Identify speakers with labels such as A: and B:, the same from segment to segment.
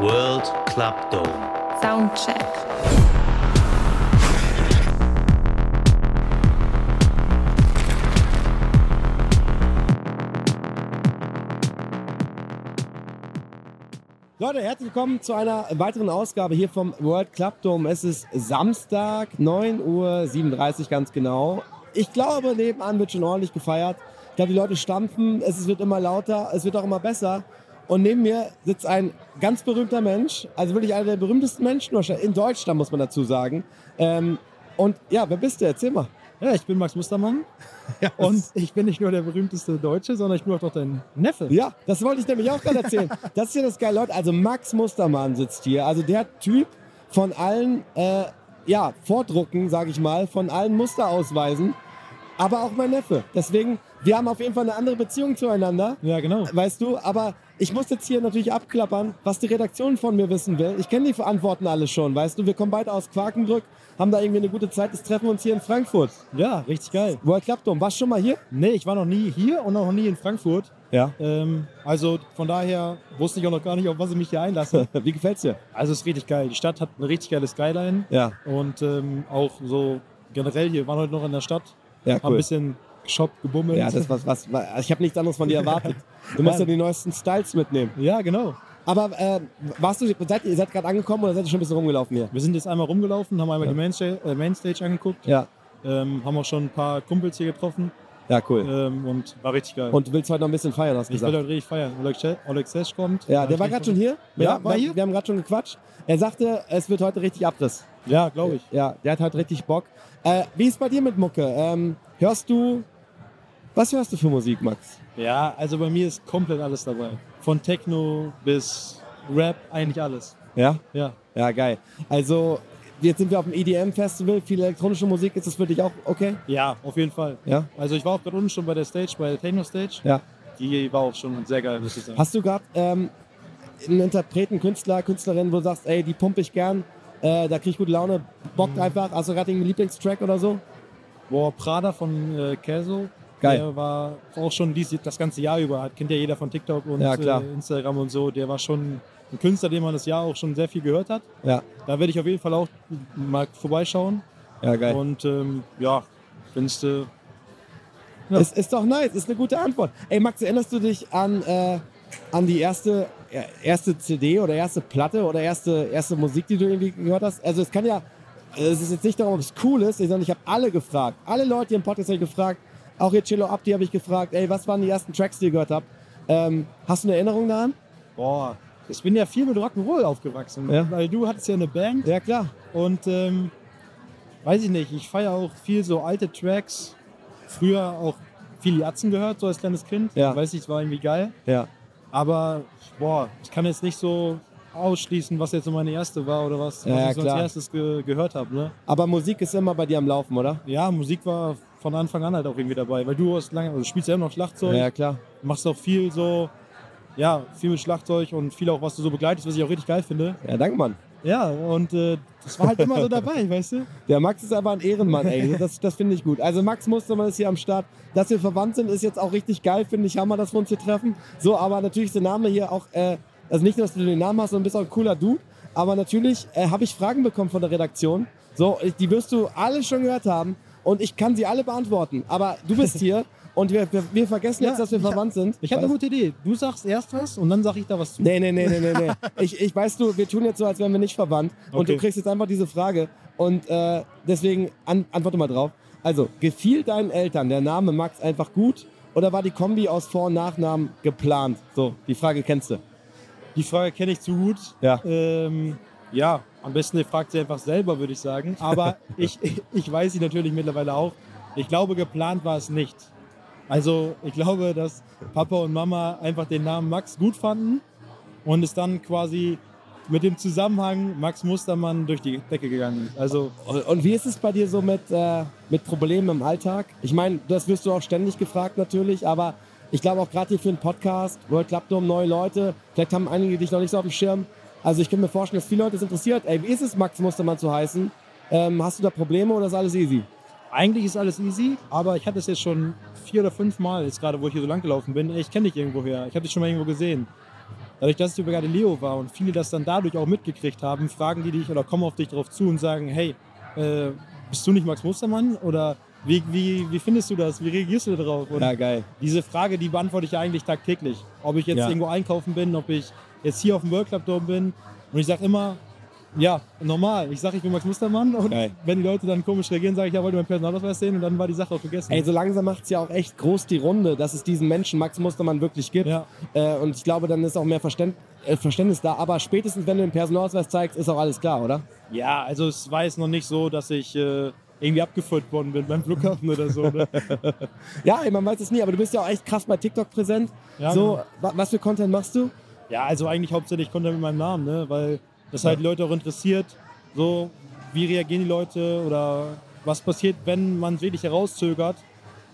A: World Club Dome.
B: Soundcheck.
C: Leute, herzlich willkommen zu einer weiteren Ausgabe hier vom World Club Dome. Es ist Samstag, 9.37 Uhr ganz genau. Ich glaube, nebenan wird schon ordentlich gefeiert. Ich glaube, die Leute stampfen, es ist- wird immer lauter, es wird auch immer besser. Und neben mir sitzt ein ganz berühmter Mensch, also wirklich einer der berühmtesten Menschen wahrscheinlich in Deutschland, muss man dazu sagen. Ähm, und ja, wer bist du? Erzähl mal.
D: Ja, ich bin Max Mustermann und ich bin nicht nur der berühmteste Deutsche, sondern ich bin auch noch dein Neffe.
C: Ja, das wollte ich nämlich auch gerade erzählen. Das ist ja das geile, Leute. Also Max Mustermann sitzt hier. Also der Typ von allen äh, ja, Vordrucken, sage ich mal, von allen Musterausweisen. Aber auch mein Neffe. Deswegen, wir haben auf jeden Fall eine andere Beziehung zueinander.
D: Ja, genau.
C: Weißt du, aber ich muss jetzt hier natürlich abklappern, was die Redaktion von mir wissen will. Ich kenne die Verantworten alle schon, weißt du. Wir kommen beide aus Quakenbrück, haben da irgendwie eine gute Zeit. Das treffen wir uns hier in Frankfurt.
D: Ja, richtig geil.
C: World Club Dome. Warst du schon mal hier?
D: Nee, ich war noch nie hier und auch noch nie in Frankfurt.
C: Ja.
D: Ähm, also von daher wusste ich auch noch gar nicht, auf was ich mich hier einlasse.
C: Wie gefällt's dir?
D: Also es ist richtig geil. Die Stadt hat eine richtig geile Skyline
C: Ja.
D: und ähm, auch so generell hier. Wir waren heute noch in der Stadt,
C: Ja,
D: haben ein bisschen geshoppt, gebummelt.
C: Ja, das was, was, was ich habe nichts anderes von dir erwartet. Du musst ja die neuesten Styles mitnehmen.
D: ja, genau.
C: Aber äh, warst du, seid, ihr seid gerade angekommen oder seid ihr schon ein bisschen rumgelaufen hier?
D: Wir sind jetzt einmal rumgelaufen, haben einmal
C: Ja.
D: die Mainstage, äh, Mainstage angeguckt,
C: Ja,
D: ähm, haben auch schon ein paar Kumpels hier getroffen
C: ja, cool.
D: ähm, und war richtig geil.
C: Und du willst heute noch ein bisschen feiern, hast du
D: Ich will
C: gesagt.
D: heute richtig feiern. Oleg, Che- Oleg Sesh kommt.
C: Ja, der
D: ich
C: war
D: bin
C: gerade schon hier.
D: Ja,
C: wir,
D: war
C: wir,
D: hier?
C: Wir haben gerade schon gequatscht. Er sagte, es wird heute richtig Abriss.
D: Ja, glaube ich.
C: Ja, der hat heute richtig Bock. Äh, wie ist bei dir mit Mucke? Ähm, hörst du, was hörst du für Musik, Max?
D: Ja, also bei mir ist komplett alles dabei. Von Techno bis Rap, eigentlich alles.
C: Ja?
D: Ja.
C: Ja, geil. Also, jetzt sind wir auf dem EDM-Festival. Viel elektronische Musik. Ist das für dich auch okay?
D: Ja, auf jeden Fall.
C: Ja?
D: Also ich war auch gerade unten schon bei der Stage, bei der Techno Stage.
C: Ja.
D: Die war auch schon sehr geil, muss ich sagen.
C: Hast du gerade ähm, einen Interpreten, Künstler, Künstlerin, wo du sagst, ey, die pumpe ich gern, äh, da krieg ich gute Laune, bockt einfach, hast du gerade einen Lieblingstrack oder so?
D: Boah, Prada von äh, Keso.
C: Geil.
D: Der war auch schon dies, das ganze Jahr über. Hat- Kennt ja jeder von TikTok und
C: Ja, klar.
D: Äh, Instagram und so. Der war schon ein Künstler, den man das Jahr auch schon sehr viel gehört hat.
C: Ja,
D: Da werde ich auf jeden Fall auch mal vorbeischauen.
C: ja, geil.
D: Und ähm, ja, wenn's äh, ja.
C: Ist, ist doch nice, ist eine gute Antwort. Ey, Max, erinnerst du dich an, äh, an die erste, äh, erste CD oder erste Platte oder erste, erste Musik, die du irgendwie gehört hast? Also, es kann ja, äh, es ist jetzt nicht darum, ob es cool ist, sondern ich habe alle gefragt, alle Leute hier im Podcast habe ich gefragt, auch hier Chillo Abdi habe ich gefragt, ey, was waren die ersten Tracks, die ihr gehört habt? Ähm, hast du eine Erinnerung daran?
D: boah, ich bin ja viel mit Rock'n'Roll aufgewachsen.
C: Ja.
D: Weil du hattest ja eine Band
C: Ja, klar.
D: und ähm, weiß ich nicht, ich feiere auch viel so alte Tracks. Früher auch viel Jatzen gehört, so als kleines Kind.
C: Ja.
D: Weiß ich, war irgendwie geil.
C: Ja.
D: Aber boah, ich kann jetzt nicht so ausschließen, was jetzt so meine erste war oder was,
C: Ja,
D: was
C: ja,
D: ich so
C: klar.
D: als erstes ge gehört habe. Ne?
C: Aber Musik ist immer bei dir am Laufen, oder?
D: Ja, Musik war von Anfang an halt auch irgendwie dabei, weil du hast lange, also du spielst ja immer noch Schlagzeug.
C: klar.
D: machst auch viel so, ja, viel mit Schlagzeug und viel auch, was du so begleitest, was ich auch richtig geil finde.
C: Ja, danke, Mann.
D: Ja, und äh, das war halt immer so dabei, weißt du?
C: Der Max ist aber ein Ehrenmann, ey. Das, das finde ich gut. Also Max Mustermann ist hier am Start. Dass wir verwandt sind, ist jetzt auch richtig geil, finde ich. Hammer, dass wir uns hier treffen. So, aber natürlich ist der Name hier auch, äh, also nicht nur, dass du den Namen hast, sondern bist auch ein cooler Dude. Aber natürlich äh, habe ich Fragen bekommen von der Redaktion. So, ich- die wirst du alle schon gehört haben und ich kann sie alle beantworten. Aber du bist hier und wir, wir, wir vergessen
D: Ja,
C: jetzt, dass wir
D: ich
C: verwandt sind.
D: Ich habe eine gute Idee. Du sagst erst was und dann sag ich da was zu.
C: Nee, nee, nee, nee, nee, nee. Ich, ich weiß du, wir tun jetzt so, als wären wir nicht verwandt. Und
D: Okay.
C: du kriegst jetzt einfach diese Frage. Und äh, deswegen an, antworte mal drauf. Also, gefiel deinen Eltern der Name Max einfach gut? Oder war die Kombi aus Vor- und Nachnamen geplant? So, die Frage kennst du.
D: Die Frage kenne ich zu gut.
C: Ja.
D: Ähm, ja, am besten ihr fragt sie einfach selber, würde ich sagen. Aber ich, ich weiß sie natürlich mittlerweile auch. Ich glaube, geplant war es nicht. Also ich glaube, dass Papa und Mama einfach den Namen Max gut fanden und es dann quasi mit dem Zusammenhang Max Mustermann durch die Decke gegangen ist. Also
C: Und, und wie ist es bei dir so mit, äh, mit Problemen im Alltag? Ich meine, das wirst du auch ständig gefragt natürlich, aber ich glaube auch gerade hier für einen Podcast, World Club Dome, neue Leute, vielleicht haben einige dich noch nicht so auf dem Schirm. Also ich könnte mir vorstellen, dass viele Leute es interessiert. Ey, wie ist es, Max Mustermann zu heißen? Ähm, hast du da Probleme oder ist alles easy?
D: eigentlich ist alles easy, aber ich hatte es jetzt schon vier oder fünf Mal, jetzt gerade wo ich hier so lang gelaufen bin, ey, ich kenne dich irgendwoher, ich habe dich schon mal irgendwo gesehen. Dadurch, dass es über gerade Leo war und viele das dann dadurch auch mitgekriegt haben, fragen die dich oder kommen auf dich drauf zu und sagen, hey, äh, bist du nicht Max Mustermann? Oder wie, wie, wie findest du das? Wie reagierst du darauf? Und
C: geil.
D: diese Frage, die beantworte ich ja eigentlich tagtäglich. Ob ich jetzt
C: Ja.
D: irgendwo einkaufen bin, ob ich jetzt hier auf dem World Club Dome bin. Und ich sage immer, ja, normal. Ich sage, ich bin Max Mustermann. Und
C: Geil.
D: wenn die Leute dann komisch reagieren, sage ich, ja, wollt ihr meinen Personalausweis sehen? Und dann war die Sache auch vergessen.
C: Ey, so langsam macht es ja auch echt groß die Runde, dass es diesen Menschen Max Mustermann wirklich gibt.
D: ja,
C: Äh, und ich glaube, dann ist auch mehr Verständ äh, Verständnis da. Aber spätestens, wenn du den Personalausweis zeigst, ist auch alles klar, oder?
D: ja, also es war jetzt noch nicht so, dass ich äh, irgendwie abgeführt worden bin beim Flughafen oder so. Ne?
C: Ja, ey, man weiß es nie, aber du bist ja auch echt krass bei TikTok präsent.
D: Ja,
C: so,
D: genau.
C: wa was für Content machst du?
D: Ja, also eigentlich hauptsächlich Content mit meinem Namen, ne? weil das halt Leute auch interessiert. So, wie reagieren die Leute oder was passiert, wenn man es wirklich herauszögert.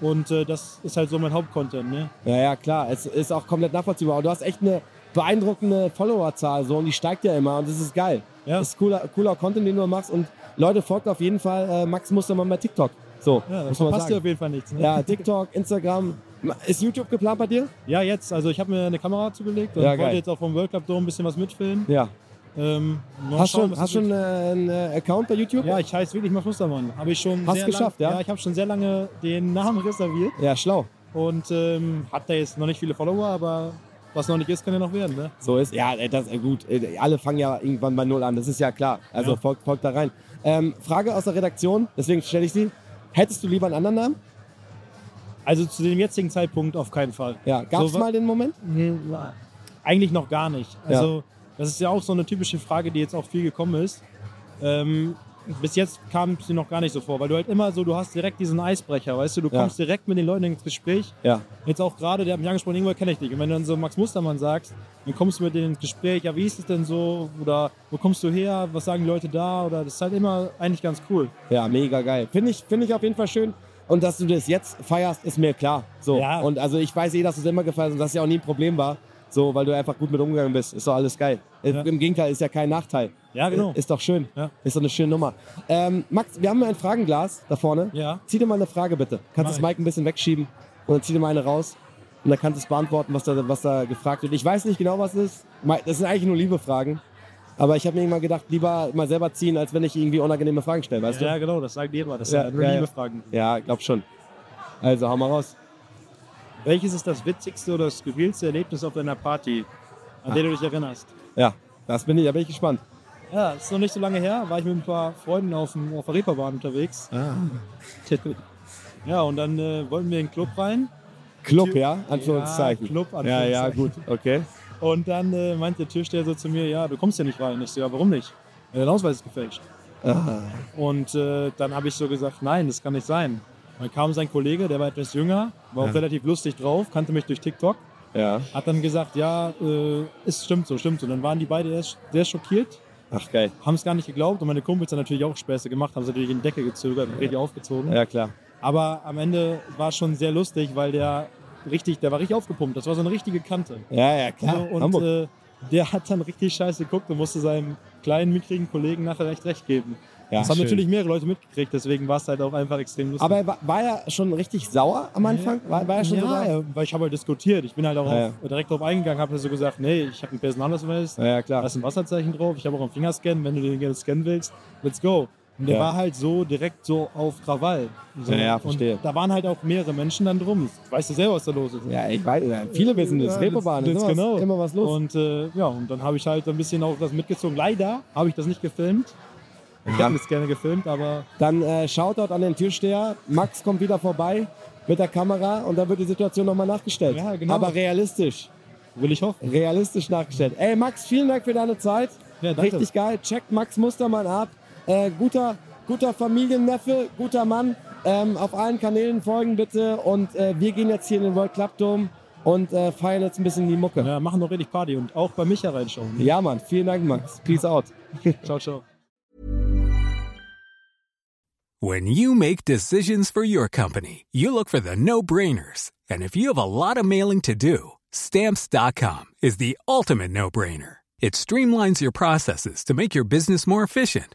D: Und äh, das ist halt so mein Hauptcontent. Ne?
C: Ja, ja, klar, es ist auch komplett nachvollziehbar. Und du hast echt eine beeindruckende Followerzahl so und die steigt ja immer und das ist geil.
D: Ja.
C: Das ist cooler, cooler Content, den du machst und Leute, folgt auf jeden Fall äh, Max Mustermann bei TikTok. So,
D: Ja, da
C: muss man
D: verpasst ihr
C: sagen.
D: auf jeden Fall nichts. Ne?
C: Ja, TikTok, Instagram. Ist YouTube geplant bei dir?
D: Ja, jetzt. Also ich habe mir eine Kamera zugelegt und
C: Ja, geil.
D: wollte jetzt auch vom World Cup Dome ein bisschen was mitfilmen.
C: Ja.
D: Ähm, mal
C: Hast
D: schauen,
C: schon,
D: was
C: hast
D: das
C: schon äh, einen äh, Account bei YouTube?
D: wird. Ja, ich heiße wirklich Max Mustermann. Habe ich schon
C: Hast
D: sehr
C: geschafft,
D: lang,
C: ja?
D: Ja, ich habe schon sehr lange den Namen reserviert
C: Ja, schlau.
D: und ähm, hat da jetzt noch nicht viele Follower, aber was noch nicht ist, kann ja noch werden. Ne?
C: So ist. Ja, ey, das ey, gut. ey, Alle fangen ja irgendwann bei Null an. Das ist ja klar. Also
D: Ja.
C: Folgt, folgt da rein. Ähm, Frage aus der Redaktion. Deswegen stelle ich sie. Hättest du lieber einen anderen Namen?
D: Also zu dem jetzigen Zeitpunkt auf keinen Fall.
C: Ja. Gab es
D: So wa-
C: mal den Moment?
D: Eigentlich noch gar nicht. Also das ist ja auch so eine typische Frage, die jetzt auch viel gekommen ist. Ähm, bis jetzt kam es dir noch gar nicht so vor, weil du halt immer so, du hast direkt diesen Eisbrecher, weißt du, du
C: Ja.
D: kommst direkt mit den Leuten ins Gespräch.
C: Ja.
D: Jetzt auch gerade, der hat mich angesprochen, irgendwo kenne ich dich. Und wenn du dann so Max Mustermann sagst, dann kommst du mit denen ins Gespräch, ja, wie ist es denn so? Oder wo kommst du her? Was sagen die Leute da? Oder das ist halt immer eigentlich ganz cool.
C: Ja, mega geil. Finde ich, finde ich auf jeden Fall schön. Und dass du das jetzt feierst, ist mir klar. So.
D: Ja.
C: Und also ich weiß eh, dass du es immer gefeiert hast und dass es ja auch nie ein Problem war. So, weil du einfach gut mit umgegangen bist. Ist doch alles geil. Äh,
D: Ja.
C: Im Gegenteil, ist ja kein Nachteil. Äh,
D: Ja, genau.
C: Ist doch schön.
D: Ja.
C: Ist doch eine schöne Nummer. Ähm, Max, wir haben ein Fragenglas da vorne.
D: Ja.
C: Zieh dir mal eine Frage bitte. Kannst das
D: Mach
C: Mic ein bisschen wegschieben und dann zieh dir mal eine raus. Und dann kannst du es beantworten, was da, was da gefragt wird. Ich weiß nicht genau, was es ist. Me- Das sind eigentlich nur liebe Fragen. Aber ich habe mir irgendwann gedacht, lieber mal selber ziehen, als wenn ich irgendwie unangenehme Fragen stelle, weißt
D: Ja, genau, das sagt jeder. Das
C: Ja,
D: sind ja, nur
C: ja,
D: liebe
C: ja.
D: Fragen.
C: du? Ja, glaub schon. Also, hau mal raus.
D: Welches ist das witzigste oder skurrilste Erlebnis auf deiner Party, an der du dich erinnerst?
C: Ja, das bin ich, da bin ich gespannt.
D: Ja, ist noch nicht so lange her, war ich mit ein paar Freunden auf, dem, auf der Reeperbahn unterwegs. Ja, und dann äh, wollten wir in den Club rein
C: Club,
D: Tür-
C: ja? Anführungszeichen.
D: Ja, Club,
C: Ja,
D: Anführungszeichen.
C: ja, gut, okay.
D: und dann äh, meinte der Türsteher so zu mir, ja, du kommst ja nicht rein. Ich so, ja, warum nicht? Ja, Dein Ausweis ist gefälscht. Und äh, dann habe ich so gesagt, nein, das kann nicht sein. Dann kam sein Kollege, der war etwas jünger, war auch relativ lustig drauf, kannte mich durch TikTok.
C: Ja.
D: hat dann gesagt, ja, äh, es stimmt so, stimmt so. Dann waren die beide erst sehr schockiert,
C: Ach, geil.
D: haben es gar nicht geglaubt und meine Kumpels haben natürlich auch Späße gemacht, haben sie natürlich in die Decke gezögert, richtig aufgezogen.
C: Ja, klar.
D: Aber am Ende war es schon sehr lustig, weil der richtig, der war richtig aufgepumpt. Das war so eine richtige Kante.
C: Ja, ja, klar.
D: so, und
C: Hamburg.
D: äh, der hat dann richtig scheiße geguckt und musste seinem kleinen, mickrigen Kollegen nachher recht recht geben.
C: Ja,
D: das haben
C: schön.
D: natürlich mehrere Leute mitgekriegt, deswegen war es halt auch einfach extrem lustig.
C: Aber er war, war er schon richtig sauer am Anfang? War, war er schon
D: ja,
C: so
D: ja, weil ich habe halt diskutiert. Ich bin halt auch
C: Ja,
D: auf, direkt drauf eingegangen, habe so gesagt, nee, ich habe einen Personalausweis,
C: Ja, ja, klar.
D: da ist ein Wasserzeichen drauf, ich habe auch einen Fingerscan, wenn du den gerne scannen willst, let's go. Und der
C: Ja.
D: war halt so direkt so auf Krawall. So,
C: Ja, ja, verstehe.
D: und da waren halt auch mehrere Menschen dann drum. Weißt du selber, was da los ist.
C: Ja, ich weiß, ja, viele wissen das.
D: Ja,
C: Reeperbahn,
D: das-
C: ist
D: genau. das
C: immer, was, immer was los.
D: Und äh, ja, und dann habe ich halt ein bisschen auch das mitgezogen. Leider habe ich das nicht gefilmt. Ich
C: Ja.
D: hätte es gerne gefilmt, aber
C: Dann äh, Shoutout an den Türsteher. Max kommt wieder vorbei mit der Kamera und dann wird die Situation nochmal nachgestellt.
D: Ja, genau.
C: Aber realistisch.
D: Will ich hoffen.
C: realistisch nachgestellt. Ey, Max, vielen Dank für deine Zeit.
D: Ja, danke.
C: Richtig geil. Checkt Max Mustermann ab. Äh, guter, guter Familienneffe, guter Mann. Ähm, auf allen Kanälen folgen bitte. Und äh, wir gehen jetzt hier in den World Club Dome und äh, feiern jetzt ein bisschen die Mucke. Ja.
D: Ja, machen noch richtig Party und auch bei Micha reinschauen.
C: Mann. Vielen Dank, Max. Peace out.
D: Ciao, ciao.
B: When you make decisions for your company, you look for the no brainers. And if you have a lot of mailing to do, stamps.com is the ultimate no brainer. It streamlines your processes to make your business more efficient,